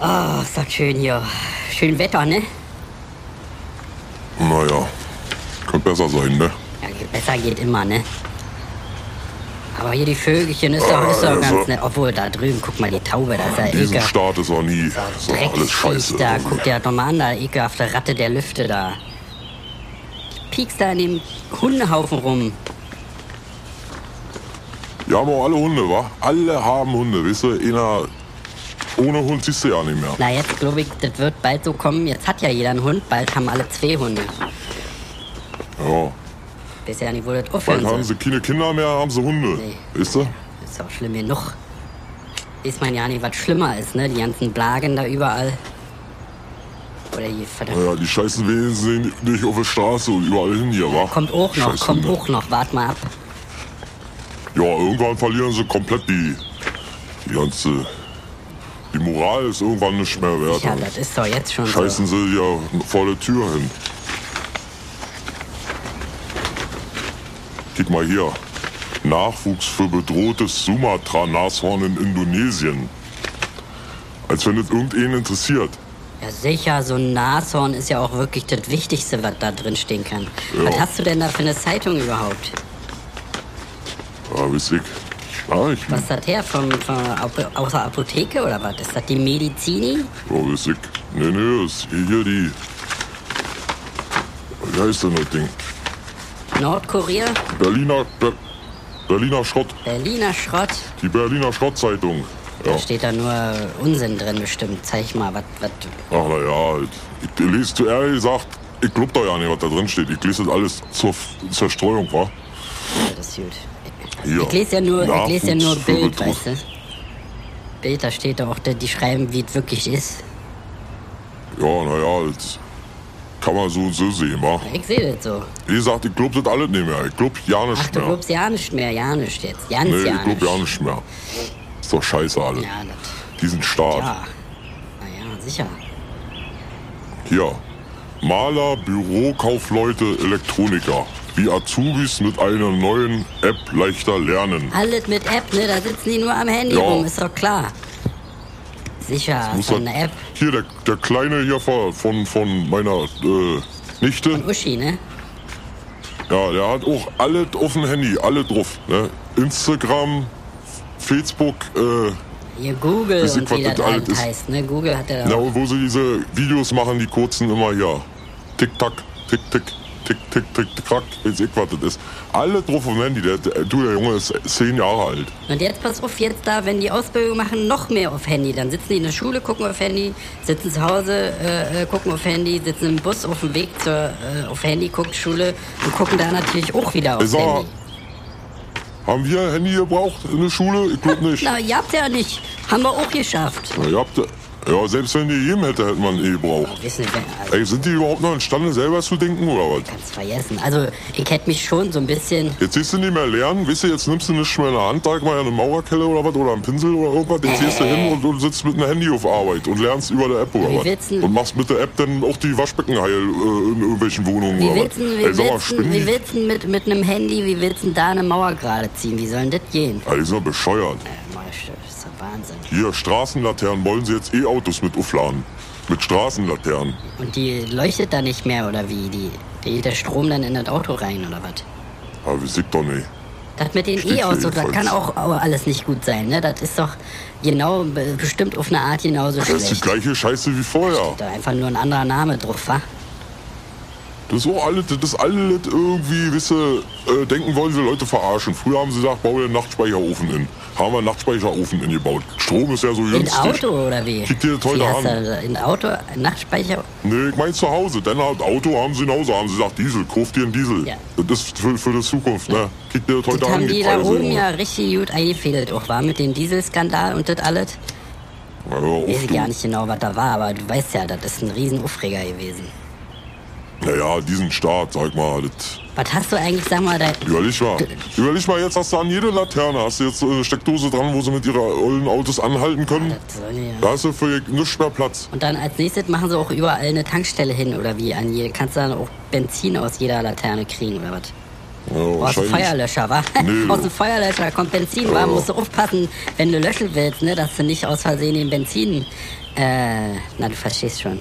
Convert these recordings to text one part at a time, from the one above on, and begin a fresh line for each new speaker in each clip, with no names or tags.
Oh, ist das schön hier. Schön Wetter, ne?
Naja, könnte besser sein, ne?
Ja, geht- besser geht immer, ne? Aber hier die Vögelchen ist doch, ist doch
Also-
ganz nett. Obwohl, da drüben, guck mal, die Taube, da ist ja
An diesem
ekelhaft.
Staat ist auch nie. Ist doch alles scheiße.
Drecksviech da, guck dir das nochmal an, da ekelhafte Ratte der Lüfte da. Die piekst da in dem Hundehaufen rum.
Ja, aber auch alle Hunde, wa? Alle haben Hunde, weißt du? Einer ohne Hund siehst du ja nicht mehr.
Na, jetzt glaube ich, das wird bald so kommen. Jetzt hat ja jeder einen Hund, bald haben alle zwei Hunde.
Ja.
Weiß ja nicht, wo das
Bald haben
aufhören soll.
sie keine Kinder mehr, haben sie Hunde.
Nee.
Weißt du?
Ist doch schlimm genug. Weiß man ja nicht, was schlimmer ist, ne? Die ganzen Blagen da überall. Oder die verdammt.
Naja, die scheißen Wesen sehen nicht auf der Straße und überall hin hier, wa?
Kommt auch noch,
Scheiß
kommt
Hunde.
auch noch, wart mal ab.
Ja, irgendwann verlieren sie komplett die. die ganze. Die Moral ist irgendwann nicht mehr wert.
Ja, das ist doch jetzt schon so.
Scheißen sie ja vor der Tür hin. Guck mal hier. Nachwuchs für bedrohtes Sumatra-Nashorn in Indonesien. Als wenn es irgendeinen interessiert.
Ja, sicher, so ein Nashorn ist ja auch wirklich das Wichtigste, was da drin stehen kann.
Ja.
Was hast du denn da für eine Zeitung überhaupt?
Ja, weiß ich. Ja, Ah, ich,
Was ist das her? Vom, vom, aus der Apotheke oder was? Ist das die Medizini?
ja, weiß ich. Nee, nee, ist hier, hier die. Wie heißt denn das Ding?
Nordkorea?
Berliner. Ber, Berliner Schrott.
Berliner Schrott?
Die Berliner Schrottzeitung. Ja.
Da steht da nur Unsinn drin bestimmt. Zeig mal, was... was
Ach na ja, halt. ich lese zu ehrlich gesagt, ich glaub da ja nicht, was da drin steht. Ich lese das alles zur F- Zerstreuung, wa?
das ist gut.
Hier.
Ich lese ja nur, ich lese ja nur
Nachwuchs für
Bild,
Betrug.
weißt du? Bild, da steht da auch, die die schreiben, wie es wirklich ist.
Ja, naja, das kann man so und so sehen, wa?
Ich sehe das so.
Wie gesagt, ich glaub das alles nicht mehr. Ich glaub ja
Ach,
nicht
du
mehr.
glaubst ja nicht mehr, ja nicht jetzt. Ganz
Nee,
ja
ich glaub
nicht.
ja nicht mehr. Ist doch scheiße alles.
Ja, das,
Diesen Staat.
ja. Naja, sicher.
Hier. Maler, Bürokaufleute, Elektroniker. Wie Azubis mit einer neuen App leichter lernen.
Alles mit App, ne? Da sitzen die nur am Handy
Ja.
rum, ist doch klar. Sicher,
Muss
von
er-
der App.
Hier, der, der Kleine hier von, von, von meiner äh, Nichte,
Uschi, ne?
ja, der hat auch alle auf dem Handy, alle drauf. Ne? Instagram, Facebook, äh,
Hier Google
Wisst ihr,
und wie
was
das
das alles
alles
ist?
heißt, ne? Google hat ja
na,
da.
wo sie diese Videos machen, die kurzen immer hier. Tick-Tack, Tick-Tick, Tick-Tick, Tick-Tack, weiß ich, was das ist. Alle drauf auf dem Handy. Der, der, du, der Junge ist zehn Jahre alt.
Und jetzt pass auf, jetzt da, wenn die Ausbildung machen, noch mehr auf Handy. Dann sitzen die in der Schule, gucken auf Handy, sitzen zu Hause, äh, äh, gucken auf Handy, sitzen im Bus auf dem Weg zur, äh, auf Handy, gucken Schule und gucken da natürlich auch wieder auf
Ich sag mal,
Handy.
haben wir ein Handy gebraucht in der Schule? Ich glaube nicht.
Na, ihr habt ja nicht. Haben wir auch geschafft.
Na, ihr habt, ja, selbst wenn die jedem hätte, hätte man eh gebraucht.
Wissen wir, also,
Ey, sind die überhaupt noch imstande, selber zu denken oder was?
ganz vergessen. Also, ich hätte mich schon so ein bisschen.
Jetzt siehst du nicht mehr lernen, weißt du, jetzt nimmst du nichts mehr in der Hand, sag mal eine Maurerkelle oder was, oder einen Pinsel oder irgendwas, jetzt gehst du hin und, und sitzt mit einem Handy auf Arbeit und lernst über der App oder
Wie
was.
willst du-
Und machst mit der App dann auch die Waschbecken heil äh, in irgendwelchen Wohnungen
Wie
oder
willst
was.
du, wie
sag mal,
willst du,
spinnen
wie
die?
willst du mit, mit einem Handy, wie willst du da eine Mauer gerade ziehen? Wie soll denn das gehen?
Ey, die sind doch bescheuert.
Das ist doch Wahnsinn.
Hier, Straßenlaternen wollen sie jetzt E-Autos mit aufladen. Mit Straßenlaternen.
Und die leuchtet da nicht mehr, oder wie? Die, da geht der Strom dann in das Auto rein, oder was?
Aber wir sieht doch nicht.
Das mit den
Steht hier
E-Autos, das
jedenfalls.
kann auch aber alles nicht gut sein, ne? Das ist doch genau, be- bestimmt auf eine Art genauso
Das ist die
schlecht.
gleiche Scheiße wie vorher.
Da einfach nur ein anderer Name drauf, wa?
Das ist auch alles, das ist alles irgendwie, wisse, äh, denken wollen sie Leute verarschen. Früher haben sie gesagt, bau dir einen Nachtspeicherofen in. Haben wir einen Nachtspeicherofen ingebaut. Strom ist ja so
In
günstig.
Auto, oder wie?
Gib dir das heute
Wie heißt
an.
das? In Auto, Nachtspeicher?
Nee, ich mein zu Hause. Denn halt Auto haben sie genauso. Haben sie gesagt, Diesel, kauf dir einen Diesel.
Ja.
Das ist für, für die Zukunft, ne? Kick dir das heute
Das
an,
haben die da
Preise,
oben
Junge.
ja richtig gut eingefädelt, auch war mit dem Dieselskandal und das alles.
Ja, hör auf,
Ich weiß
du.
gar nicht genau, was da war, aber du weißt ja, das ist ein Riesenaufreger gewesen.
Naja, diesen Staat, sag mal, das...
Was hast du eigentlich, sag mal, da,
Überleg mal. Überleg mal, jetzt hast du an jede Laterne, hast du jetzt so eine Steckdose dran, wo sie mit ihrer ollen Autos anhalten können.
das soll ja.
Da hast du für nichts mehr Platz.
Und dann als nächstes machen sie auch überall eine Tankstelle hin oder wie? An je, kannst du dann auch Benzin aus jeder Laterne kriegen oder was? Oh,
Ja,
Aus dem
wahrscheinlich.
Feuerlöscher, wa?
Nee,
Aus
du.
dem Feuerlöscher kommt Benzin, wa?
Ja.
Musst du aufpassen, wenn du löschen willst, ne? Dass du nicht aus Versehen den Benzin... Äh, na, du verstehst schon.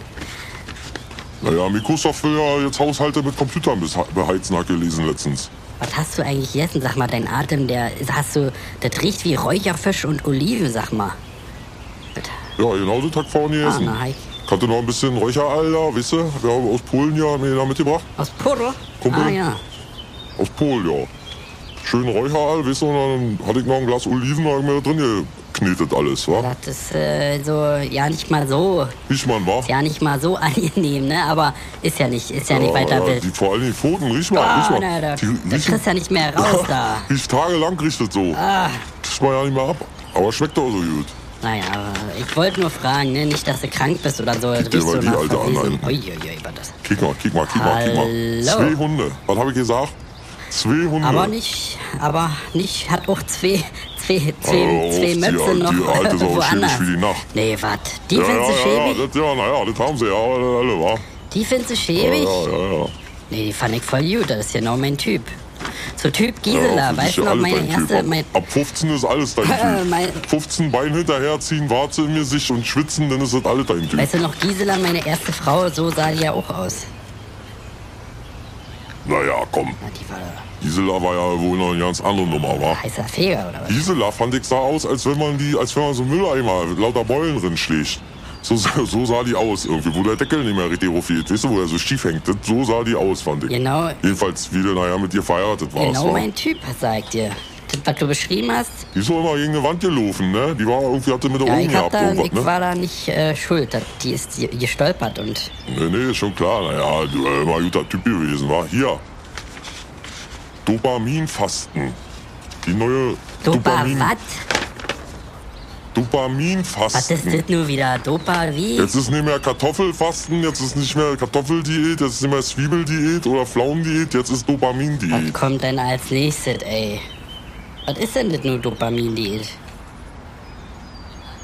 Naja, Microsoft will ja jetzt Haushalte mit Computern beha- beheizen, hat gelesen letztens.
Was hast du eigentlich gegessen? Sag mal, dein Atem, der... Hast du... Das riecht wie Räucherfisch und Oliven, sag mal.
Ja, genau das hat vorhin
Ah,
gegessen.
na, hi.
Ich hatte noch ein bisschen Räucherall da, weißt du? Wir haben aus Polen ja, haben wir da mitgebracht.
Aus Poro?
Kumpel?
Ah, ja.
Aus Polen, ja. Schön Räucherall, weißt du, und dann hatte ich noch ein Glas Oliven, da hab ich mir da drin geknetet alles, wa?
Das ist äh, so... Ja, nicht mal so...
Riecht man, wa?
Ja, nicht mal so angenehm, ne? Aber ist ja nicht... Ist ja nicht weiter
ja,
wild.
die, vor allem die Pfoten, riech mal, riech
Oh,
mal.
na, da,
die,
da kriegst du ja nicht mehr raus, da.
Riecht tagelang, riecht das so.
Ah.
Das war ja nicht mehr ab. Aber schmeckt auch so gut.
Naja, aber ich wollte nur fragen, ne? nicht, dass du krank bist oder so.
Gib dir mal die alte an, nein.
Uiuiui, war das.
Kick mal, kick mal, kick mal, kick mal.
Hallo.
Zwei Hunde. Was habe ich gesagt? Zwei Hunde.
Aber nicht, aber nicht, hat auch zwei, zwei, zwei,
Hallo,
zwei
Oh, die
Möpse
alte-
noch
die alte ist auch
woanders.
schäbig wie die Nacht.
Nee, wat? Die
ja,
findest du
ja, ja,
schäbig?
das, ja, naja, das haben sie ja alle, alle wa?
Die findest du
Ja,
schäbig?
ja, ja, ja.
Nee, die fand ich voll gut, das ist genau mein Typ. So Typ
ja
Gisela,
für dich
weißt du
ja
noch,
alles
meine
dein Typ.
erste,
Ab-
mein,
Ab 15 ist alles dein Typ.
Mein-
15 Bein hinterherziehen, Warze in mir sich und schwitzen, dann ist das alles dein Typ.
weißt du noch, Gisela, meine erste Frau, so sah die ja auch aus.
Naja, komm.
Na, die war doch
Gisela war ja wohl noch eine ganz andere Nummer, wa?
ein heißer Feger, oder was?
Gisela fand ich sah aus, als wenn man die, als wenn man so einen Mülleimer mit lauter Beulen drin schlägt. So, sah- so sah die aus irgendwie, wo der Deckel nicht mehr richtig hochgeht. Weißt du, wo er so schief hängt? Das- So sah die aus, fand ich.
Genau,
Jedenfalls, wie du nachher mit ihr verheiratet warst.
Genau
wa?
mein Typ, sagt dir. Das, was du beschrieben hast,
Die ist doch immer gegen eine Wand gelaufen, ne? Die war irgendwie, hatte mit der
ja,
Augen
ich, hab
gehabt,
da, ich
irgendwas, ne?
war da nicht äh, schuld. Das- Die ist ge- gestolpert und
Nee, nee, ist schon klar. Naja, du war immer ein guter Typ gewesen, war. Hier. Dopaminfasten. Die neue.
Dopa,
Dopamin,
was? Was
Dopaminfasten.
ist das nur wieder? Dopa, wie?
Jetzt ist nicht mehr Kartoffelfasten, jetzt ist nicht mehr Kartoffeldiät, jetzt ist nicht mehr Zwiebeldiät oder Pflaumendiät, jetzt ist
was
Dopamindiät.
kommt denn als nächstes, ey? Was ist denn das nur Dopamindiät?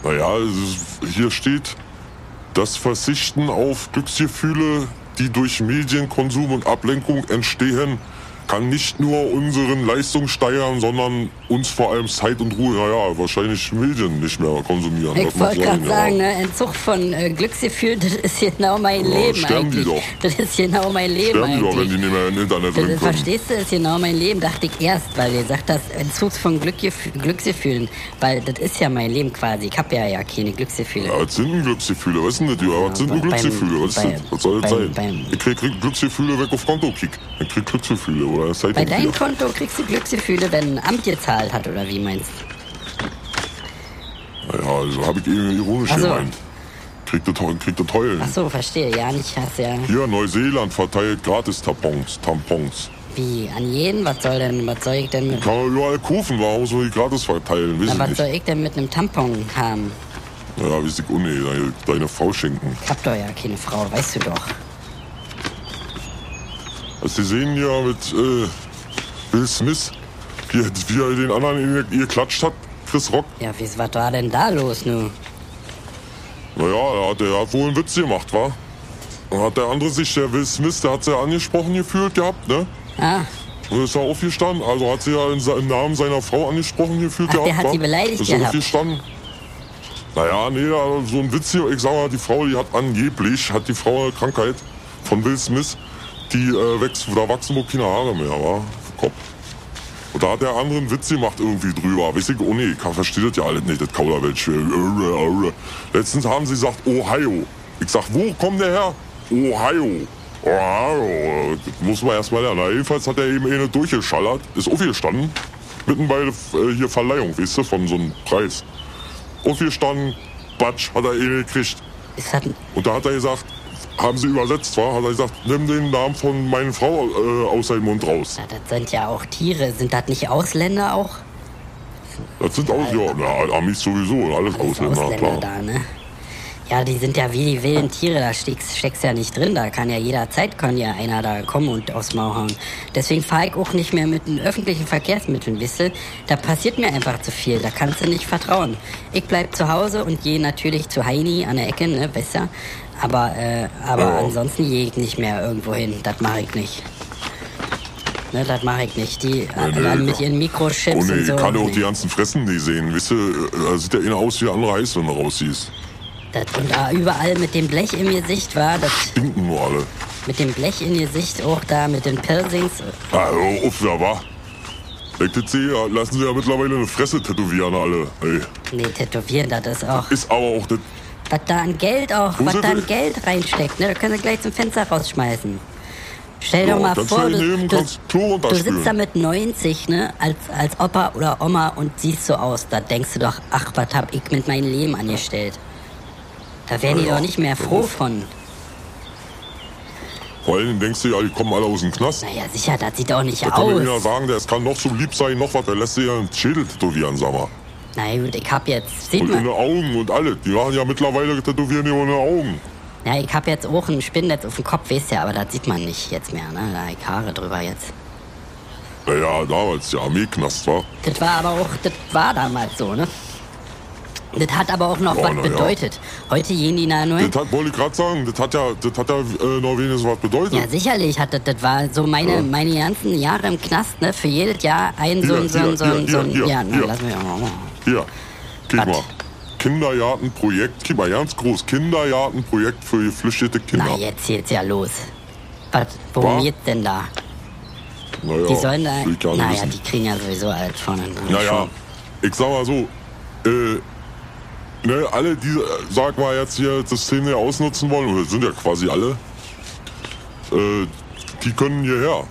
Naja, es ist- hier steht, das Verzichten auf Glücksgefühle, die durch Medienkonsum und Ablenkung entstehen, kann nicht nur unseren Leistung steigern, sondern uns vor allem Zeit und Ruhe, naja, wahrscheinlich Medien nicht mehr konsumieren.
Ich
Das macht
wollte gerade
Sinn,
sagen, ne, Entzug von äh, Glücksgefühl, das ist genau mein
Ja,
Leben
sterben die
eigentlich. Das ist genau mein Leben
Sterben die doch, wenn
eigentlich.
die nicht mehr im Internet
Das
drin
ist,
können.
Äh, verstehst du, das ist genau mein Leben, dachte ich erst, weil ihr sagt, das Entzug von Glückgef- Glücksgefühlen, weil das ist ja mein Leben quasi. Ich habe ja ja keine Glücksgefühle.
Ja, was sind denn Glücksgefühle? Was sind denn die? Was sind denn
beim-
Glücksgefühle? Was, ist
beim-
das? was soll das
beim-
sein?
beim-
ich krieg, krieg Glücksgefühle, wenn ich auf Konto kick. Ich krieg Glücksgefühle oder eine Zeitung
Bei deinem
hier.
Konto kriegst du Glücksgefühle, wenn ein Amt gezahlt hat, oder wie meinst du?
Naja, also habe ich eben ironisch
Ach so.
gemeint. Krieg das, Heu- krieg das Heulen.
Ach so, verstehe. Ja, nicht hast ja.
Hier, Neuseeland verteilt gratis Tampons. Tampons.
Wie? An jeden? Was soll denn, was soll ich denn mit,
Kann man überall kaufen, warum soll die gratis verteilen? Weiß
na, was
ich
soll
nicht.
ich denn mit einem Tampon haben?
Naja, weiß ich auch nicht. Deine, deine Frau schenken.
Ich hab doch ja keine Frau, weißt du doch.
Hast du gesehen hier mit äh, Will Smith? Wie, wie er den anderen ihr, ihr klatscht hat? Chris Rock?
Ja, wie, was war denn da los nun?
Naja, er hat, er hat wohl einen Witz gemacht, wa? Dann hat der andere sich, der Will Smith, der hat sie ja angesprochen gefühlt gehabt, ne?
Ah,
Und ist er aufgestanden, also hat sie ja in, se- im Namen seiner Frau angesprochen gefühlt
Ach, der
gehabt,
hat
wa?
sie beleidigt
ist er
gehabt.
aufgestanden. Naja, nee, also so ein Witz hier, ich sag mal, die Frau, die hat angeblich, hat die Frau eine Krankheit von Will Smith, die äh, wächst, da wachsen wohl keine Haare mehr, wa? Auf dem Kopf. Und da hat der andere einen Witz gemacht irgendwie drüber. Weiß ich, oh nee, ich kann- verstehe das ja alles nicht, das Kauderwelsch. Äh, Letztens haben sie gesagt, Ohio. Ich sag, wo kommt der her? Ohio. Ohio. Das muss man erstmal lernen. Na, jedenfalls hat er eben eine durchgeschallert, ist aufgestanden. Mitten bei der äh, hier Verleihung, weißt du, von so einem Preis. Aufgestanden, Batsch, hat er eine gekriegt.
ist das,
Und da hat er gesagt, haben sie übersetzt, war, hat er gesagt, nimm den Namen von meiner Frau äh, aus seinem Mund raus.
na, das sind ja auch Tiere. Sind das nicht Ausländer auch?
Das sind auch, ja, na, Amis sowieso und alles
Alles
Ausländer,
Also Ausländer
klar.
da, ne? Ja, die sind ja wie die wilden Tiere, da steckst, steckst ja nicht drin, da kann ja jederzeit kann ja einer da kommen und aufs Maul hauen. Deswegen fahre ich auch nicht mehr mit den öffentlichen Verkehrsmitteln, wisst ihr? Da passiert mir einfach zu viel, da kannst du nicht vertrauen. Ich bleib zu Hause und gehe natürlich zu Heini an der Ecke, ne, besser. Aber, äh, aber
Ja.
ansonsten gehe ich nicht mehr irgendwo hin, das mache ich nicht. Ne, das mache ich nicht. Die äh,
nee,
dann mit
ja.
ihren Mikrochips
Und
und
Oh, ich
so.
kann auch
Nee.
die ganzen Fressen nicht sehen. Wisst ihr, äh, da sieht der eine aus wie der andere heiß, wenn er raussieht.
Das, und da überall mit dem Blech im Gesicht war, das
Stinken nur alle.
mit dem Blech im Gesicht auch da, mit den Piercings.
Ah, hör auf, ja, wa? Wenn ich das sehe, lassen sie ja mittlerweile eine Fresse tätowieren alle. Ey.
Nee, tätowieren, das ist auch.
Ist aber auch das.
Was da an Geld auch,
Wo
was
sind
da
wir?
an Geld reinsteckt, ne? Da können sie gleich zum Fenster rausschmeißen. Stell
Ja,
doch mal
dann
vor,
schnell
du,
nehmen,
du,
kannst Klo
du sitzt
runterspülen.
da mit 90, ne, als, als Opa oder Oma und siehst so aus. Da denkst du doch, ach, was hab ich mit meinem Leben angestellt. Da wären die
Ja,
doch nicht mehr
ja,
froh
gut.
von.
Vor allem denkst du ja, die kommen alle aus dem Knast.
Naja, sicher, das sieht auch nicht
Da kann mir
aus.
ja sagen, der es kann noch so lieb sein, noch was, der lässt sich ja einen Schädel tätowieren, sag mal.
Na gut, ich hab jetzt, sieht
Und
man,
ohne Augen und alles. Die machen ja mittlerweile tätowieren die ohne Augen.
ja, ich hab jetzt auch ein Spinnnetz auf dem Kopf, weißt ja, aber das sieht man nicht jetzt mehr, ne? Da hab ich Haare drüber jetzt.
Naja, damals der Armeeknast war.
Das war aber auch, das war damals so, ne? Das hat aber auch noch
Ja,
was
Oh, na ja.
bedeutet. Heute gehen die da nur.
Das hat, wollte ich gerade sagen, das hat ja, das hat ja äh, noch wenigstens was bedeutet.
Ja, sicherlich hat das, das war so meine, meine ganzen Jahre im Knast, ne? Für jedes Jahr ein so
Hier,
ein, so ein,
hier,
so ein,
hier,
so ein,
hier,
ja, na,
hier.
lass mich mal.
Hier, guck
Was?
mal. Kindergartenprojekt, guck mal, ganz groß. Kindergartenprojekt für geflüchtete
Na,
Kinder.
jetzt geht's ja los. Was, worum
Wa?
geht's denn da?
Naja,
Die sollen da,
will ich gar nicht
naja,
wissen.
die kriegen ja sowieso alles ne? vorne.
Naja, ich sag mal so, äh, ne, alle, die, äh, sag mal, jetzt hier das Szene ausnutzen wollen, oder sind ja quasi alle, äh, die können hierher.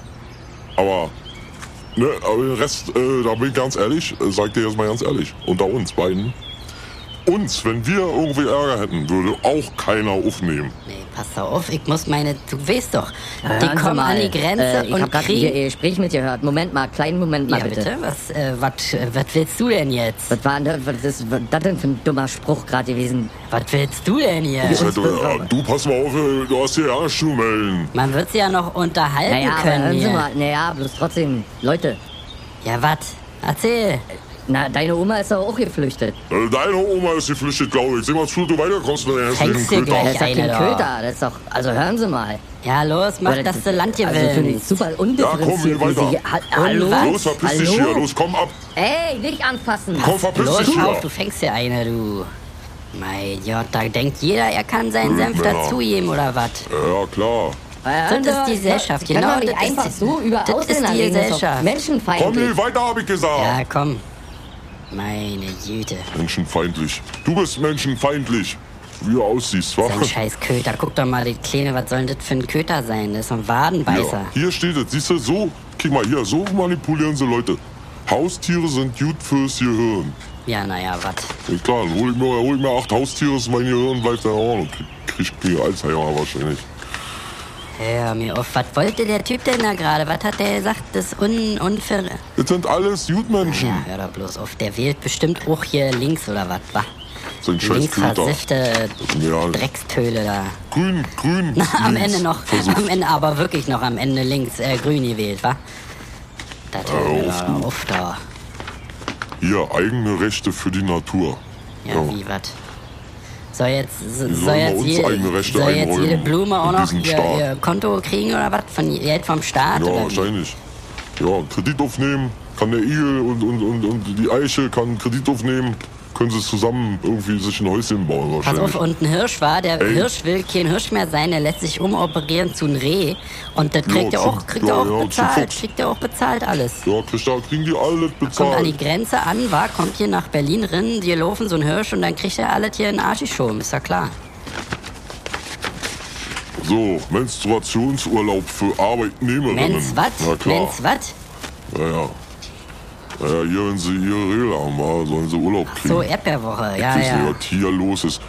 Aber, ne, aber den Rest, äh, da bin ich ganz ehrlich, äh, sag dir jetzt mal ganz ehrlich, unter uns beiden, uns, wenn wir irgendwie Ärger hätten, würde auch keiner aufnehmen.
Nee, pass doch auf, ich muss meine, du weißt doch, die
Hören Sie
kommen an
Äh, mal.
die Grenze
äh, ich
und
hab grad Ihr,
kriegen.
ihr Gespräch mitgehört. Moment mal, kleinen Moment mal
Ja,
bitte.
bitte, was, äh, was, äh, was willst du denn jetzt?
Was war denn das, was ist was das denn für ein dummer Spruch gerade gewesen?
Was willst du denn hier?
Das hätte, ja, du pass mal auf, äh, du hast hier Ärger zu melden.
Man wird sie ja noch unterhalten
Naja, aber
können
hören Sie
hier.
mal, naja, bloß trotzdem, Leute,
Ja, was? Erzähl.
na, deine Oma ist doch auch geflüchtet.
Äh, Deine Oma ist geflüchtet, glaube ich. Seh mal zu, du weiterkommst mit deinem hässlichen
Fängst du
Köter.
gleich
Das ist doch
eine
kein
da.
Köter, das ist doch, also hören Sie mal.
Ja, los, mach,
Oder
dass du Land hier
also finde ich
willst.
super undifferenziert.
Ja, komm, geh
wie sie-
weiter.
Ha- Hallo?
Was?
Los, verpiss dich
Hallo?
hier. Los, komm ab.
Ey, nicht anfassen.
Komm, verpiss
Los,
dich hier.
auf, du fängst hier eine, du. Mein Gott, da denkt jeder, er kann seinen
Blöd,
Senf
Männer.
dazugeben oder was?
Ja, klar.
Ja,
Das ist
doch,
die Gesellschaft,
kann
genau,
doch nicht
das ist
einfach
die-
so über
das ist die
Ausländer reden, das doch
Gesellschaft.
Komm,
Menschenfeindlich.
nee, weiter, hab ich gesagt.
Ja, komm. Meine Güte,
Menschenfeindlich. Du bist menschenfeindlich. Wie du aussiehst, wa?
so ein scheiß Köter. Guck doch mal, die Kleine, was soll denn das für ein Köter sein? Das ist ein Wadenbeißer.
Ja, hier steht es. Siehst du, so, guck mal hier, so manipulieren sie Leute. Haustiere sind gut fürs Gehirn.
Ja, naja, was?
Ja, klar, dann hol ich mir, hol ich mir acht Haustiere, ist mein Gehirn bleibt in Ordnung. Krieg, krieg, krieg Alzheimer wahrscheinlich.
Hör mir auf, was wollte der Typ denn da gerade? Was hat der gesagt? Das un unfair.
Das sind alles Gutmenschen.
Ja, hör doch bloß auf. Der wählt bestimmt auch hier links oder was? wa?
So ein scheiß
Links
Köter.
versiffte
Ja.
Dreckstöle da.
Grün, grün.
Am
links.
Ende noch,
Versuch.
am Ende aber wirklich noch am Ende links äh, grün gewählt, wa? Da tun wir
auf,
doch auf da.
Hier, eigene Rechte für die Natur.
Ja,
Ja.
wie wat? Soll jetzt, so,
sollen
soll
bei
jetzt,
uns eigene
jede,
Rechte
soll jetzt
einräumen
jede Blume auch
in
noch
diesem
ihr,
Staat.
ihr Konto kriegen oder was? Von Geld vom Staat?
Ja,
oder? wie?
wahrscheinlich. Ja, Kredit aufnehmen, kann der Igel und, und, und, und die Eiche kann Kredit aufnehmen, können sie zusammen irgendwie sich ein Häuschen bauen
Pass
wahrscheinlich.
auf, und ein Hirsch war, der
Ey.
Hirsch will kein Hirsch mehr sein, der lässt sich umoperieren zu einem Reh. Und das kriegt er
zu-
auch, kriegt
ja,
er auch
ja, zu
bezahlt,
Fuchs.
kriegt er auch bezahlt alles.
ja, kriegt da kriegen die alle
Kommt an die
bezahlt.
Grenze an, war, kommt hier nach Berlin rein, hier laufen so ein Hirsch und dann kriegt er alles hier in den Arsch geschoben, ist ja klar.
So, Menstruationsurlaub für Arbeitnehmerinnen.
Mensch, wat?
Na klar.
Mensch, wat?
Ja, ja. Ja, ja, hier, wenn sie ihre Regel haben, ja, sollen sie Urlaub kriegen.
So, Erdbeerwoche, ja,
wissen,
ja.
was hier los ist.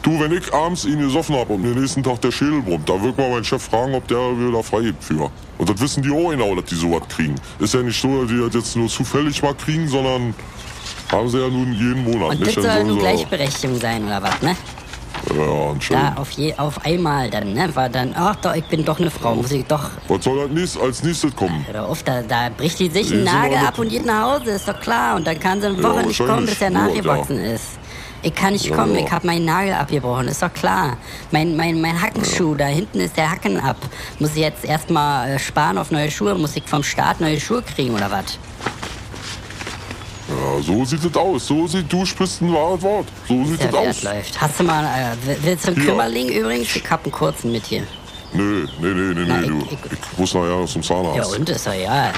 Du, wenn ich abends ihn gesoffen hab und den nächsten Tag der Schädel brummt, da wird mal mein Chef fragen, ob der mir da frei gibt für. Und das wissen die auch genau, dass die sowas kriegen. Ist ja nicht so, dass die das jetzt nur zufällig mal kriegen, sondern haben sie ja nun jeden Monat.
Und das
nicht?
soll
Dann
nun
sollen sie-
Gleichberechtigung sein, oder was, ne?
Ja, anscheinend.
Da auf, je, auf einmal dann, ne? War dann, ach doch, ich bin doch eine Frau, muss ich doch.
Was soll als nächstes, als nächstes kommen?
Hör doch auf, da, da bricht die sich einen
Lesen wir
Nagel
mal
ab
mit.
und geht nach Hause, ist doch klar. Und dann kann sie eine Woche nicht kommen,
wahrscheinlich.
bis der
Ja,
nachgewachsen ist. Ich kann nicht kommen, ich habe meinen Nagel abgebrochen, ist doch klar. Mein, mein, mein Hackenschuh, da hinten ist der Hacken ab. Muss ich jetzt erstmal äh, sparen auf neue Schuhe? Muss ich vom Staat neue Schuhe kriegen oder was?
Ja, so sieht es aus. So sieht, du sprichst ein wahres Wort. So sieht
Ja,
es
der
aus.
das läuft. Hast du mal, äh, will- willst du einen
Ja.
Kümmerling übrigens? Ich hab einen kurzen mit hier.
Nee, nee, nee, nee,
Na,
nee, du.
ich- ich-
Ich muss nachher noch zum
Ja,
Zahnarzt.
und ist doch egal.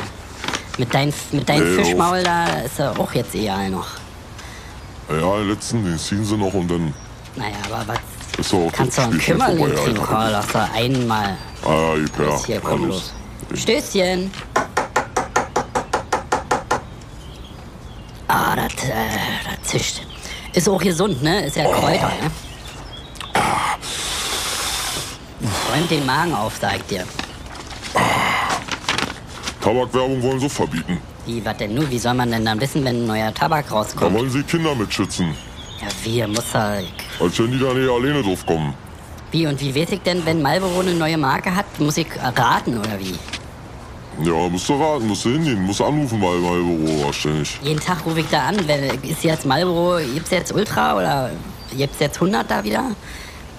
Mit deinem mit dein
Nee,
Fischmaul da ist er auch jetzt egal noch.
Ja, den letzten, den ziehen sie noch und dann
Naja, aber was?
ist doch auch
Kannst du
das
auch einen
Spiel schon
Kümmerling
vorbei,
kriegen?
Alter.
Komm, lass doch einmal.
Ah, ja, ja,
Jetzt hier,
ja,
komm
los.
los. Stößchen. Ah, das äh, das zischt. Ist auch gesund, ne? Ist ja Kräuter, ne? Räumt den Magen auf, sag ich dir.
Tabakwerbung wollen sie auch verbieten.
Wie, was denn nun? Wie soll man denn dann wissen, wenn ein neuer Tabak
Da
rauskommt?
wollen sie Kinder mitschützen.
Ja, wie, muss da...
Als wenn die da nicht alleine drauf kommen.
Wie und wie weiß ich denn, wenn Marlboro eine neue Marke hat? Muss ich äh, raten, oder wie?
Ja, musst du raten, musst du hingehen, musst du anrufen mal im Büro wahrscheinlich.
Jeden Tag rufe ich da an. Wenn, ist jetzt Marlboro, gibt's jetzt Ultra oder gibt's jetzt 100 da wieder?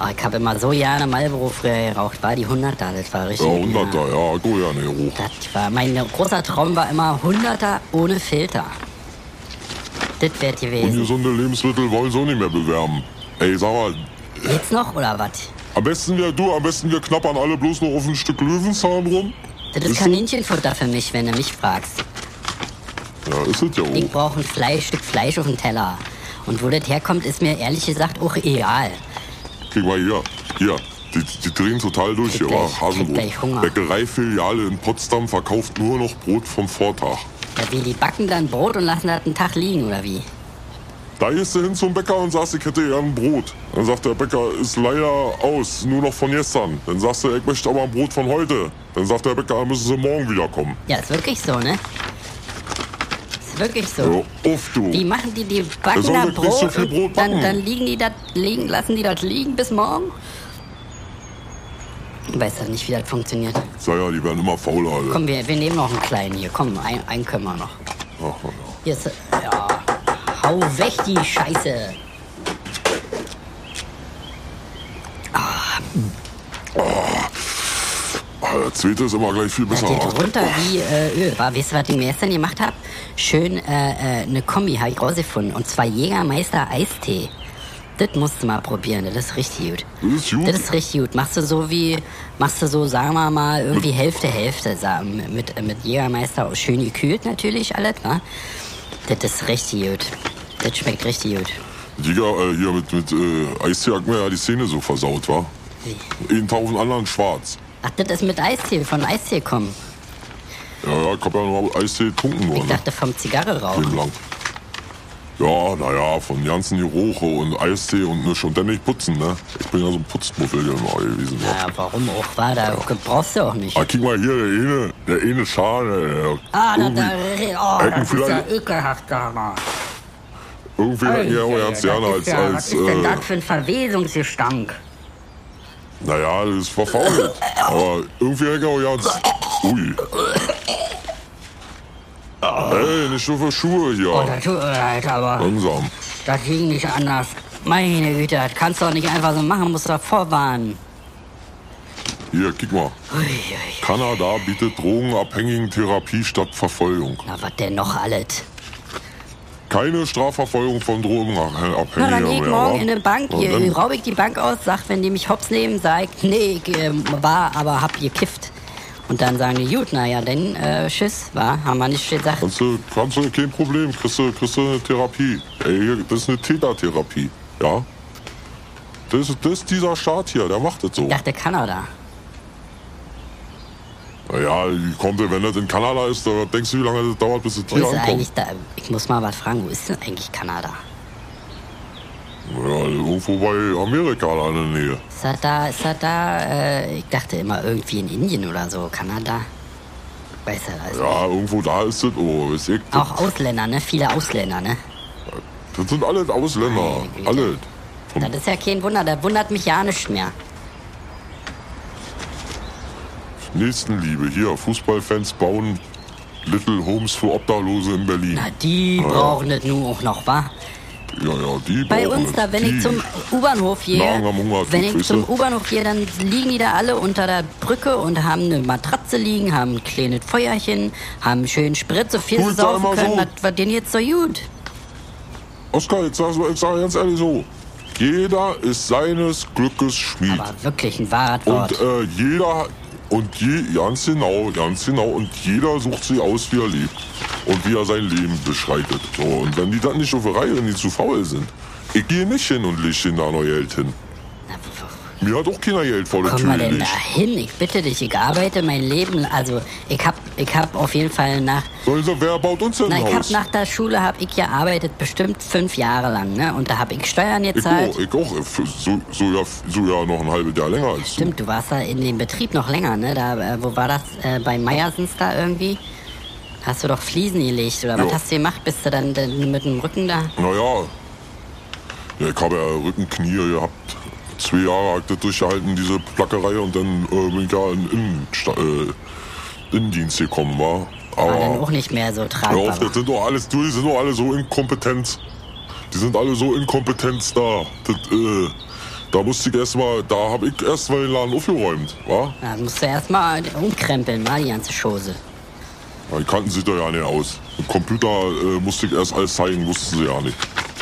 Oh, ich habe immer so gerne Marlboro früher geraucht. War die 100 da, das war
Ja,
richtig.
100 da, ja, go ja, ne, hoch.
Das war, mein großer Traum war immer 100er ohne Filter. Das wär gewesen.
Ungesunde Lebensmittel wollen sie auch nicht mehr bewerben. Ey, sag mal,
Jetzt noch oder was?
am besten wir, du, am besten wir knappern alle bloß noch auf ein Stück Löwenzahn rum.
Das ist
Ist-
Kaninchenfutter für mich, wenn du mich fragst.
Ja, ist es ja
Ich
auch.
brauche ein Fleisch, Stück Fleisch auf dem Teller. Und wo das herkommt, ist mir ehrlich gesagt auch egal.
Guck mal hier, hier. Die, die drehen total durch hier,
Krieg
wa?
gleich- krieg
Hasenbrot.
gleich Hunger.
Bäckereifiliale in Potsdam verkauft nur noch Brot vom Vortag.
Ja, wie, die backen dann Brot und lassen das einen Tag liegen, oder wie?
Da gehst du hin zum Bäcker und sagst, ich hätte gern ein Brot. Dann sagt der Bäcker, ist leider aus, nur noch von gestern. Dann sagst du, ich möchte aber ein Brot von heute. Dann sagt der Bäcker, müssen sie morgen wiederkommen.
Ja, ist wirklich so, ne? Ist wirklich so.
Ja, Also, uff, du.
Die machen die, die backen
sollen
da
doch nicht
Brot,
so viel
und
Brot
dann,
backen.
dann liegen die das liegen, lassen die das liegen bis morgen. Ich weiß das nicht, wie das funktioniert.
Sag ja, die werden immer fauler, alle.
Komm, wir, wir nehmen noch einen kleinen hier. Komm, ein, einen können wir noch.
Ach, ja.
Hier ist, ja, hau weg die Scheiße.
Ah, der zweite ist immer gleich viel
Das
besser.
geht
wa?
runter wie äh, Öl. War, weißt du, was ich mir gestern gemacht hab? Schön äh, äh, eine Kombi habe ich rausgefunden. Und zwar Jägermeister Eistee. Das musst du mal probieren, das ist richtig gut.
Das ist gut.
Das ist richtig gut. Machst du so wie, machst du so, sagen wir mal, irgendwie Hälfte, Hälfte sa- mit, mit Jägermeister. Schön gekühlt natürlich alles, ne? Das ist richtig gut. Das schmeckt richtig gut.
Digga, äh, hier mit, mit äh, Eistee hat mir ja die Szene so versaut, wa? Jeden tausend anderen schwarz.
Ach, das ist mit Eistee, von Eistee kommen.
Ja, ja, ich hab ja nur Eistee getrunken
Ich
worden. Ne?
dachte vom Zigarre
Leben
rauchen.
lang. Ja, naja, von ganzen Geruche und Eistee und nisch. Und dann nicht putzen, ne? Ich bin ja so ein Putzmuffel immer gewesen. wa?
Ja, warum auch war da? Brauchst du auch nicht.
Ah, guck mal hier, der eine, der eine Schale. Der
Ah, da, da,
irgendwie-
oh, das ist ja
Hätten Äh, vielleicht-
ekelhaft, sag mal.
Irgendwie hätten die ja auch ganz gerne
Das
als,
ist ja, was
als
ist denn
äh,
das für ein Verwesungsgestank?
naja, das ist verfault. Aber irgendwie hätten die auch ganz, ui. Ey, nicht nur für Schuhe
Oh,
hier.
das tut mir leid, aber
Langsam.
das ging nicht anders. Meine Güte, das kannst du doch nicht einfach so machen, musst du doch vorwarnen.
Hier, guck mal.
Ui, ui.
Kanada bietet Drogenabhängigen Therapie statt Verfolgung.
Na, was denn noch alles?
Keine Strafverfolgung von Drogenabhängigen.
Na, dann geh ich
mehr,
morgen
wa?
in eine Bank,
Und dann-
hier, raub ich die Bank aus, sag, wenn die mich hops nehmen, sag ich, nee, ich ähm, war, aber hab gekifft. Und dann sagen die, gut, naja, dann, äh, tschüss, war, haben wir nicht gesagt.
Kannst du, kannst du, kein Problem, kriegst du, kriegst du eine Therapie. Ey, hier, das ist eine Tätertherapie, ja? Das, ist- das ist dieser Staat hier, der macht das so.
Ich dachte, Kanada.
Ja, wie kommt denn, wenn das in Kanada ist, dann denkst du, wie lange das dauert, bis es
Wo
hier
ist denn
ankommt?
eigentlich da? Ich muss mal was fragen, wo ist denn eigentlich Kanada?
Ja, irgendwo bei Amerika da in der Nähe.
Ist das da, ist das da, äh, ich dachte immer irgendwie in Indien oder so, Kanada. Weiß ja, also.
Ja, irgendwo da ist das, oh, weiß ich, das,
Auch Ausländer, ne? Viele Ausländer, ne?
das sind alles Ausländer,
Meine Güte.
alle.
Das ist ja kein Wunder, da wundert mich ja nicht mehr.
Nächstenliebe, hier, Fußballfans bauen Little Homes für Obdachlose in Berlin.
Na, die brauchen das nun auch noch, wa?
Ja, ja, die
Bei
brauchen
uns da, wenn
die.
ich zum U-Bahnhof gehe,
Nagen am Hunger,
wenn ich
Füße.
zum U-Bahnhof gehe, dann liegen die da alle unter der Brücke und haben eine Matratze liegen, haben ein kleines Feuerchen, haben schön Sprit, so viel
Tu
sie
es
saufen
doch immer
können.
so.
Was war denen jetzt so gut?
Oskar, jetzt sag, ich sag ganz ehrlich so. Jeder ist seines Glückes Schmied.
War wirklich ein wahres
Und
Wort.
äh, jeder, und je, ganz genau, ganz genau, und jeder sucht sich aus, wie er lebt und wie er sein Leben beschreitet. So, und wenn die dann nicht auf der Reihe, wenn die zu faul sind, ich gehe nicht hin und leg ihnen da noch Geld hin.
Na, wo-
Mir hat auch keiner Geld vor der
wo
Tür
Kommen wir denn da
gelegt.
hin? Ich bitte dich, ich arbeite mein Leben. Also, ich hab, ich hab auf jeden Fall nach,
Sollen sie, wer baut uns denn
na,
ein
ich hab
Haus?
nach der Schule hab ich gearbeitet, bestimmt fünf Jahre lang, ne? Und da hab ich Steuern
Ich
gezahlt.
auch, ich auch. Für- So, so, ja, so ja noch ein halbes Jahr länger als du.
Stimmt, du warst da in dem Betrieb noch länger, ne? Da, äh, wo war das? Äh, bei Meiersens da irgendwie? Hast du doch Fliesen gelegt oder was
Ja.
hast du gemacht? Bist du dann denn mit dem Rücken da?
Naja, ja, ich habe ja Rücken, Knie gehabt. Zwei Jahre habe ich das durchgehalten, diese Plackerei, und dann äh, bin ich ja in den Innensta äh, Innendienst gekommen, war.
War dann auch
Aber
nicht mehr so
hör auf,
tragbar.
das sind doch alles, du, die sind doch alle so inkompetent. Die sind alle so inkompetent da. Das, äh, da musste ich erstmal, da habe ich erstmal den Laden aufgeräumt, wa?
Da musst du erstmal umkrempeln, mal die ganze Chose.
Ja, Die kannten sich da ja nicht aus. Mit Computer äh, musste ich erst alles zeigen, wussten sie ja nicht.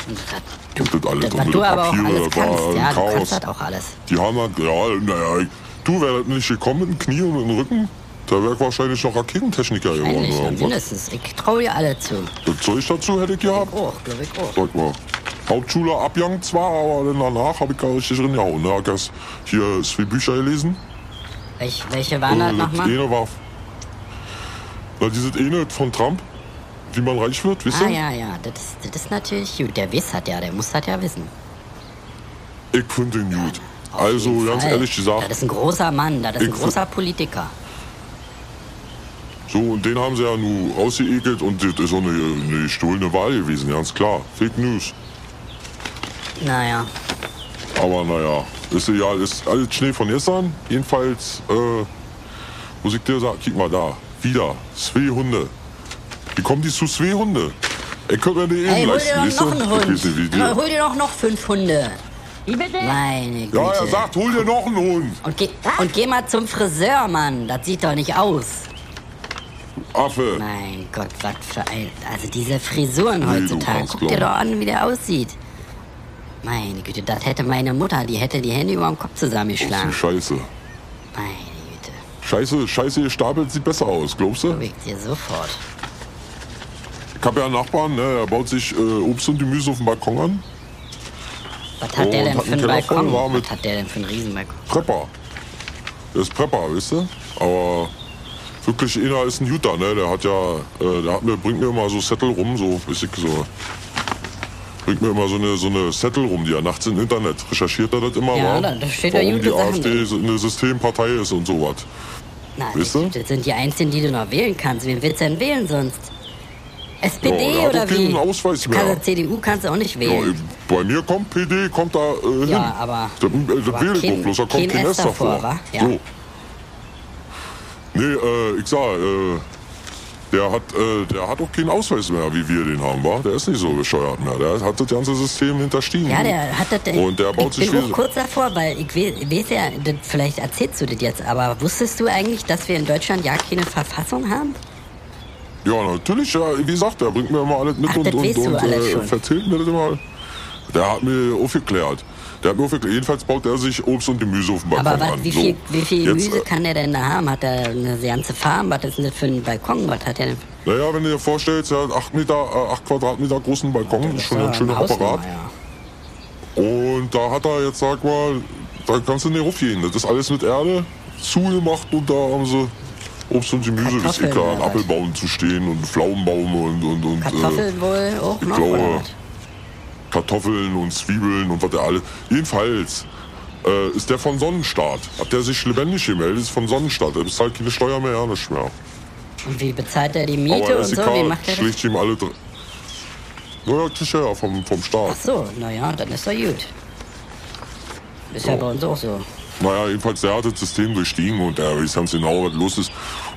Und das alles
Das, was
und
du
das
aber auch
Papier,
alles
das war
kannst,
ein
ja, du
Chaos.
kannst das auch alles.
Die haben halt, ja, naja, du wärst nicht gekommen mit dem Knie und mit dem Rücken. Da wär ich wahrscheinlich noch Raketentechniker geworden.
Eigentlich,
Oder
ja,
irgendwas.
mindestens. Ich traue dir alle zu.
das Zeug dazu hätte ich gehabt.
Oh, glaube ich auch.
Sag mal. Hauptschule abjangt zwar, aber dann danach habe ich gar richtig drin gehauen. Ne? Ich hab hier zwei Bücher gelesen.
Welch, welche waren das
Äh, das
nochmal?
eine war. Na, dieses eine von Trump, wie man reich wird, wisst ihr?
Ah ja, ja, das, ist- das ist natürlich gut. Der weiß hat ja, der muss hat ja wissen.
Ich finde den gut.
Auf
Also
jeden
ganz
Fall.
ehrlich gesagt,
Das ist ein großer Mann, das ist ein
Ich-
großer Politiker.
So, und den haben sie ja nun rausgeekelt und das ist auch eine, eine gestohlene Wahl gewesen, ganz klar. Fake News.
Naja,
Hm, Aber naja, ist egal, ist alles Schnee von gestern. Jedenfalls, äh, muss ich dir sagen, guck mal da, wieder, zwei Hunde. Wie kommen die zu zwei Hunde? Ey, könnte man die
ey,
eben
hol dir
leisten,
doch
weißt du?
noch einen
Ich weiß nicht, wie
Hund.
die-
Na, hol dir doch noch fünf Hunde.
Wie bitte?
Meine Güte.
Ja, er sagt, hol dir noch einen Hund.
Und geh, und geh mal zum Friseur, Mann. Das sieht doch nicht aus.
Affe.
Mein Gott, was für ein... Also diese Frisuren
Nee, du
heutzutage.
kannst
Guck dir
glauben.
doch an, wie der aussieht. Meine Güte, das hätte meine Mutter. Die hätte die Hände über dem Kopf
Ach, die
zusammengeschlagen.
Scheiße.
Meine Güte.
Scheiße, Scheiße gestapelt sieht besser aus, glaubst du?
Bewegt dir sofort.
Ich hab ja einen Nachbarn, ne, der baut sich äh, Obst und Gemüse auf dem Balkon an.
Was hat
Oh,
der
und
denn
hat
für
einen
einen
Keller voll
Balkon?
war mit-
Was hat der denn für einen Riesenbalkon?
Prepper. Der ist Prepper, weißt du? Aber wirklich einer ist ein Juter, ne? Der hat ja, äh, der hat mir, bringt mir immer so Zettel rum, so, weiß ich so. Bringt mir immer so eine, so eine Zettel rum, die er nachts im Internet recherchiert, er das immer
Ja,
war.
da- da steht ja
warum
gute
die
Sachen
AfD so eine Systempartei ist und sowas.
Na,
Weißt du?
das sind die einzigen, die du noch wählen kannst. Wen willst du denn wählen sonst?
Ja,
SPD
der hat
oder
doch keinen
wie?
Ausweis
Du kannst
mehr.
ja CDU kannst du auch nicht
Ja,
wählen.
bei mir kommt PD, kommt da äh, hin.
Ja, aber-
Das, äh, das
aber
wähle ich
kein-
doch bloß, da kommt
kein
kein
S
S davor.
davor, wa? Ja.
So. Nee, äh, ich sag, äh, der hat, äh, der hat auch keinen Ausweis mehr, wie wir den haben, wa? Der ist nicht so bescheuert mehr. Der hat das ganze System hinterstiegen.
Ja, der hat das. äh,
Und der baut
ich
sich
bin
wie...
auch kurz davor, weil ich we- weiß ja, das, vielleicht erzählst du das jetzt, aber wusstest du eigentlich, dass wir in Deutschland ja keine Verfassung haben?
Ja, natürlich, ja, wie gesagt, der bringt mir immer alles mit
Ach, das
und, und,
weißt du
und
alles
äh,
schon.
erzählt mir das immer. Der hat mir aufgeklärt. Der hat mir aufgeklärt. Jedenfalls baut er sich Obst und Gemüse auf dem Balkon
aber was,
an.
wie viel,
so.
wie viel
Jetzt,
Gemüse
äh,
kann der denn da haben? Hat er eine ganze Farm? Was ist denn das für ein Balkon? Was hat er denn?
Naja, wenn du dir vorstellst, er hat 8 Meter, äh, acht Quadratmeter großen Balkon, schon
Ja,
ein schöner
eine Hausnummer,
Apparat.
ja.
Und da hat er jetzt, sag mal, da kannst du nicht raufgehen. Das ist alles mit Erde zugemacht und da haben sie Obst und Gemüse, das ist
Kartoffeln
klar,
oder
ein
was?
Apfelbaum zu stehen und Pflaumenbaum und, und, und äh,
Kartoffeln wohl auch
ich
noch?
glaube,
oder was?
Kartoffeln und Zwiebeln und was der alles. Jedenfalls äh, ist der von Sonnenstaat. Hat der sich lebendig gemeldet, ist von Sonnenstaat. Er bezahlt keine Steuer mehr, ja, nicht mehr.
Und wie bezahlt er die
Aber
Miete
der
und so? Wie macht
SEK
er das?
schlägt ihm alle drin. Naja, kriegt er ja vom, vom Staat.
Ach so, naja, dann ist er gut. Ist ja bei uns auch so.
Naja, jedenfalls, der hat das System durchstiegen und der weiß ganz genau, was los ist.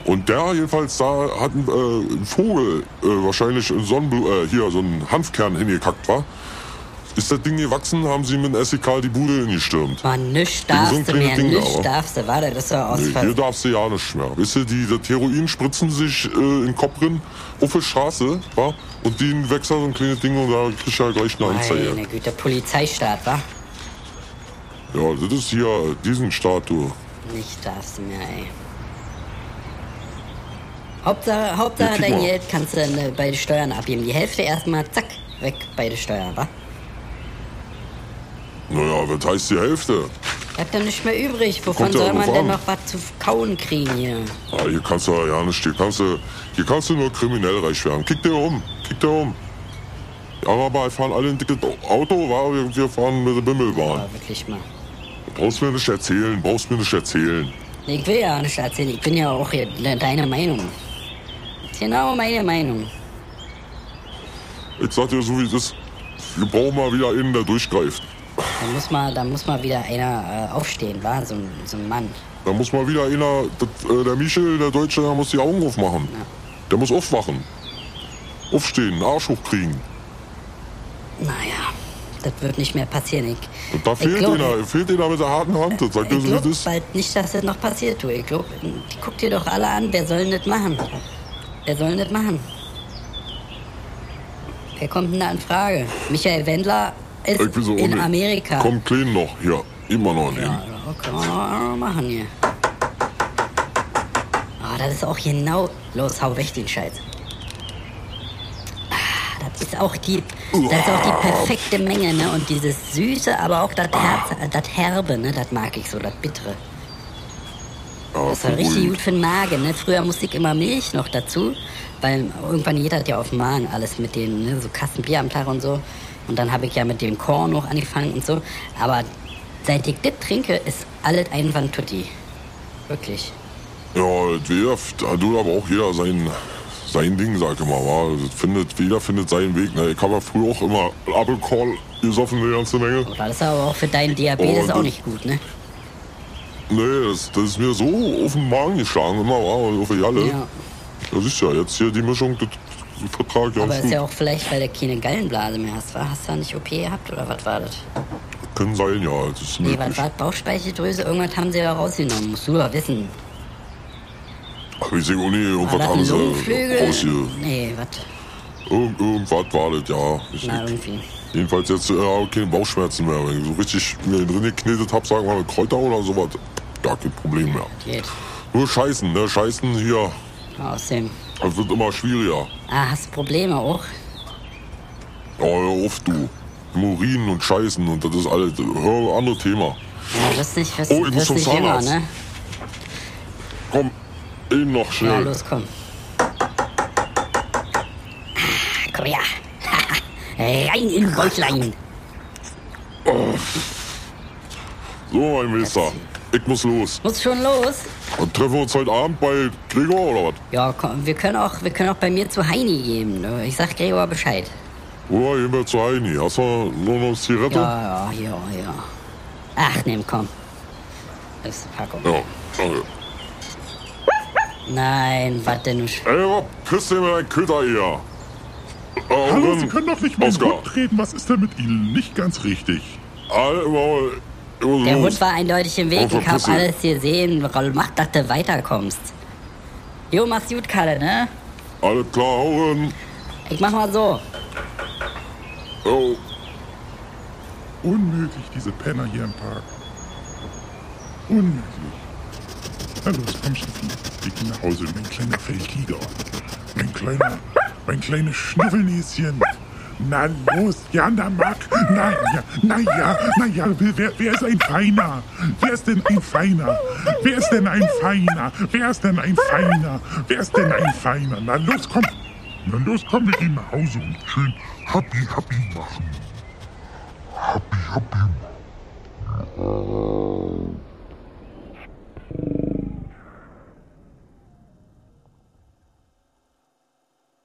Und der jedenfalls, da hat ein, äh, ein Vogel äh, wahrscheinlich in Sonnenblu äh, hier so einen Hanfkern hingekackt, war. Ist das Ding gewachsen, haben sie mit dem SEK die Bude hingestürmt.
Mann, nichts
Wegen so
darfst
einem
du
kleinen
mehr,
Ding da,
nichts
aber.
darfst du. Warte, das war
Nee, Äh, hier
Ausfall.
darfst du ja nicht mehr. Wisst ihr, die, das Heroin spritzen sich äh, in den Kopf rein, auf der Straße, wa? und die wechseln so ein kleines Ding und da kriegst du ja gleich eine Anzeige.
Meine Güte, Polizeistaat, wa?
Ja, das ist hier äh, diesen Statue.
Nicht darfst du mehr, ey. Hauptsache, Hauptsache
Ja, guck
dein
mal.
Geld kannst du dann äh, bei den Steuern abgeben. Die Hälfte erstmal, zack, weg bei den Steuern, wa?
Naja, was heißt die Hälfte?
Bleibt dann nicht mehr übrig. Wovon
Kommt ja
soll
drauf
man denn
an.
noch was zu kauen kriegen hier?
Ah, hier kannst du ja nicht, hier kannst du, hier kannst du nur kriminell reich werden. Kick dir um, kick dir um. Die Araber fahren alle ein dickes Auto, wa? Wir- wir fahren mit der Bimmelbahn.
Aber wirklich mal.
Brauchst mir nicht erzählen, brauchst mir nicht erzählen.
Nee, Ich will ja auch nicht erzählen, ich bin ja auch hier de- deine Meinung. Ist Genau meine Meinung.
Ich sag dir so, wie es ist. Wir brauchen mal wieder einen, der durchgreift.
Da muss mal, da muss mal wieder einer äh, aufstehen, war so, ein- so ein Mann.
Da muss mal wieder einer, das, äh, der Michel, der Deutsche, der muss die Augen aufmachen. Der muss aufwachen. Aufstehen, einen Arsch hochkriegen.
Naja, das wird nicht mehr passieren. Ich,
Und da
ich
fehlt
glaub-
einer, fehlt einer mit der harten Hand. Das sagt dir
Ich
so, wie es
glaub
ist.
bald nicht, dass das noch passiert, du. Ich glaub, guck dir doch alle an, wer soll denn das machen? Wer soll denn das machen? Wer kommt denn da in Frage? Michael Wendler ist
Ich bin so
in
ohne-
Amerika.
Komm, klein noch, hier. Immer noch nicht.
Ja, also, können wir noch- noch machen hier. Ah, das ist auch genau... Los, hau weg den Scheiß. Ah, Das ist auch die, das ist auch die perfekte Menge, ne? Und dieses Süße, aber auch das Herz, das Herbe, ne? Das mag ich so, das Bittere.
Ja,
Das war richtig gut für den Magen, ne? Früher musste ich immer Milch noch dazu, weil irgendwann jeder hat ja auf dem Magen alles mit dem, ne? So Kasten Bier am Tag und so. Und dann habe ich ja mit dem Korn noch angefangen und so. Aber seit ich das trinke, ist alles einwand tutti. Wirklich.
Ja, das jeder, da tut aber auch jeder sein, sein Ding, sag ich mal. wa? Das findet, jeder findet seinen Weg. Ne? Ich habe ja früher auch immer Apple Call gesoffen, eine ganze Menge.
Aber das ist aber auch für deinen Diabetes
Oh,
auch
du-
nicht gut, ne?
Nee, das, das ist mir so auf den Magen geschlagen, immer, wa? und auf die Jalle.
Ja.
Das ist ja jetzt hier die Mischung, das vertrag ich
Aber
ganz
ist
gut.
ja auch vielleicht, weil du keine Gallenblase mehr hast, wa? Hast du da nicht OP gehabt oder was war das?
Können sein, ja. Das ist
Nee,
möglich.
was war das? Bauchspeicheldrüse? Irgendwas haben sie ja rausgenommen. Musst du doch wissen.
Hab ich sehe auch nie,
War
irgendwas
das ein
haben sie
Lungenflügel?
rausge...
Nee, was?
Irgend, irgendwas war das, ja. Ich,
Na,
ich,
irgendwie.
jedenfalls jetzt äh, ja, keine Bauchschmerzen mehr. Wenn ich so richtig mir den drin geknetet hab, sagen wir mal Kräuter oder sowas, gar kein Problem mehr.
Geht.
Nur Scheißen, ne? Scheißen hier.
Außerdem.
Das wird immer schwieriger.
Ah, hast Probleme auch?
Ja, Oh, hör auf, du. Hämorrhoiden und Scheißen und das ist alles. Hör, andere Thema.
Ja, wirst nicht, wirst,
Oh, ich muss
wirst
zum
nicht jünger,
Zahnarzt.
ne?
Komm, eben noch
Ja,
schnell.
los, komm. Ah, Komm her. Rein in Bäuchlein.
so, mein Meister. Ich muss los.
Muss schon los.
Und treffen wir uns heute Abend bei Gregor oder was?
Ja, komm, wir können auch, wir können auch bei mir zu Heini gehen. ne? Ich sag Gregor Bescheid.
Oder gehen wir zu Heini. Hast du noch eine Zigarette?
Ja, ja, ja, ja. Ach, nimm, komm. Das ist eine Packung.
Ja, danke.
Nein, was denn? nun?
Ey, was pisst denn mit deinem Köter hier? Äh,
Hallo,
Ohren-
Sie können doch nicht mehr in den
Oskar.
Hund treten. Was ist denn mit Ihnen? Nicht ganz richtig.
Alter, Maul. Was
Der
los?
Hund war eindeutig im Weg.
Oh,
Ich hab
verpiss dich.
alles gesehen. Mach, dass du weiterkommst. Jo, mach's gut, Kalle, ne?
Alles klar, Ohren.
Ich mach mal so.
Jo.
Unmöglich, diese Penner hier im Park. Unmöglich. Na los, komm, Steffi. Wir gehen nach Hause, mein kleiner Feldtiger. Mein kleiner, mein kleines Schnuffelnäschen. Na los, ja, na mag. Na ja, na ja, na ja, wer, wer ist ein Feiner? Wer ist denn ein Feiner? Wer ist denn ein Feiner? Wer ist denn ein Feiner? Wer ist denn ein Feiner? Na los, komm. Na los, komm, wir gehen nach Hause und schön happy, happy machen. Happy, happy.